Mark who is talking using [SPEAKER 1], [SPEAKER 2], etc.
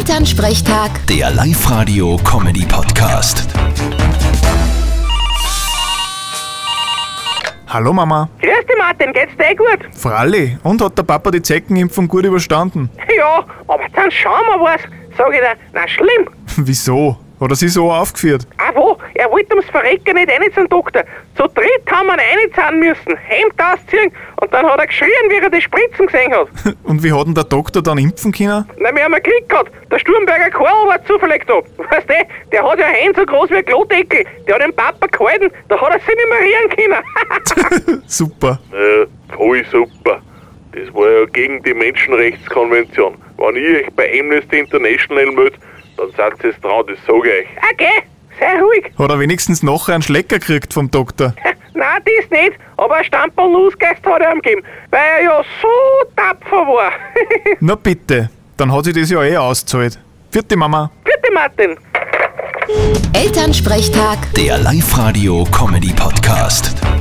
[SPEAKER 1] Elternsprechtag,
[SPEAKER 2] Der Live-Radio-Comedy-Podcast.
[SPEAKER 3] Hallo Mama.
[SPEAKER 4] Grüß dich, Martin, geht's dir eh gut?
[SPEAKER 3] Fralli, und hat der Papa die Zeckenimpfung gut überstanden?
[SPEAKER 4] Ja, aber dann schauen wir was. Sag ich dir, na schlimm.
[SPEAKER 3] Wieso? Hat er sich so aufgeführt?
[SPEAKER 4] Ah wo, er wollte ums Verrecken nicht rein zum Doktor. Zu dritt haben wir ihn reinzahlen müssen, Hemd ausziehen und dann hat er geschrien, wie er die Spritzen gesehen hat.
[SPEAKER 3] Und wie hat denn der Doktor dann impfen können?
[SPEAKER 4] na, wir haben einen Klick gehabt. Der Sturmberger Karl war zufällig da. Weißt du, der hat ja Hände so groß wie ein Klodeckel. Der hat den Papa gehalten, da hat er sich nicht mehr rühren können.
[SPEAKER 3] Super.
[SPEAKER 5] Äh, voll super. Das war ja gegen die Menschenrechtskonvention. Wenn ihr euch bei Amnesty International meldet, dann seid ihr es dran, das sage ich euch.
[SPEAKER 4] okay, sei ruhig.
[SPEAKER 3] Hat er wenigstens nachher einen Schlecker gekriegt vom Doktor?
[SPEAKER 4] Nein, das nicht, aber ein Stamperl Losgeist hat er ihm gegeben, weil er ja so tapfer war.
[SPEAKER 3] Na bitte, dann hat sich das ja eh ausgezahlt. Vierte Mama.
[SPEAKER 4] Bitte, Martin.
[SPEAKER 1] Elternsprechtag.
[SPEAKER 2] Der Live-Radio-Comedy-Podcast.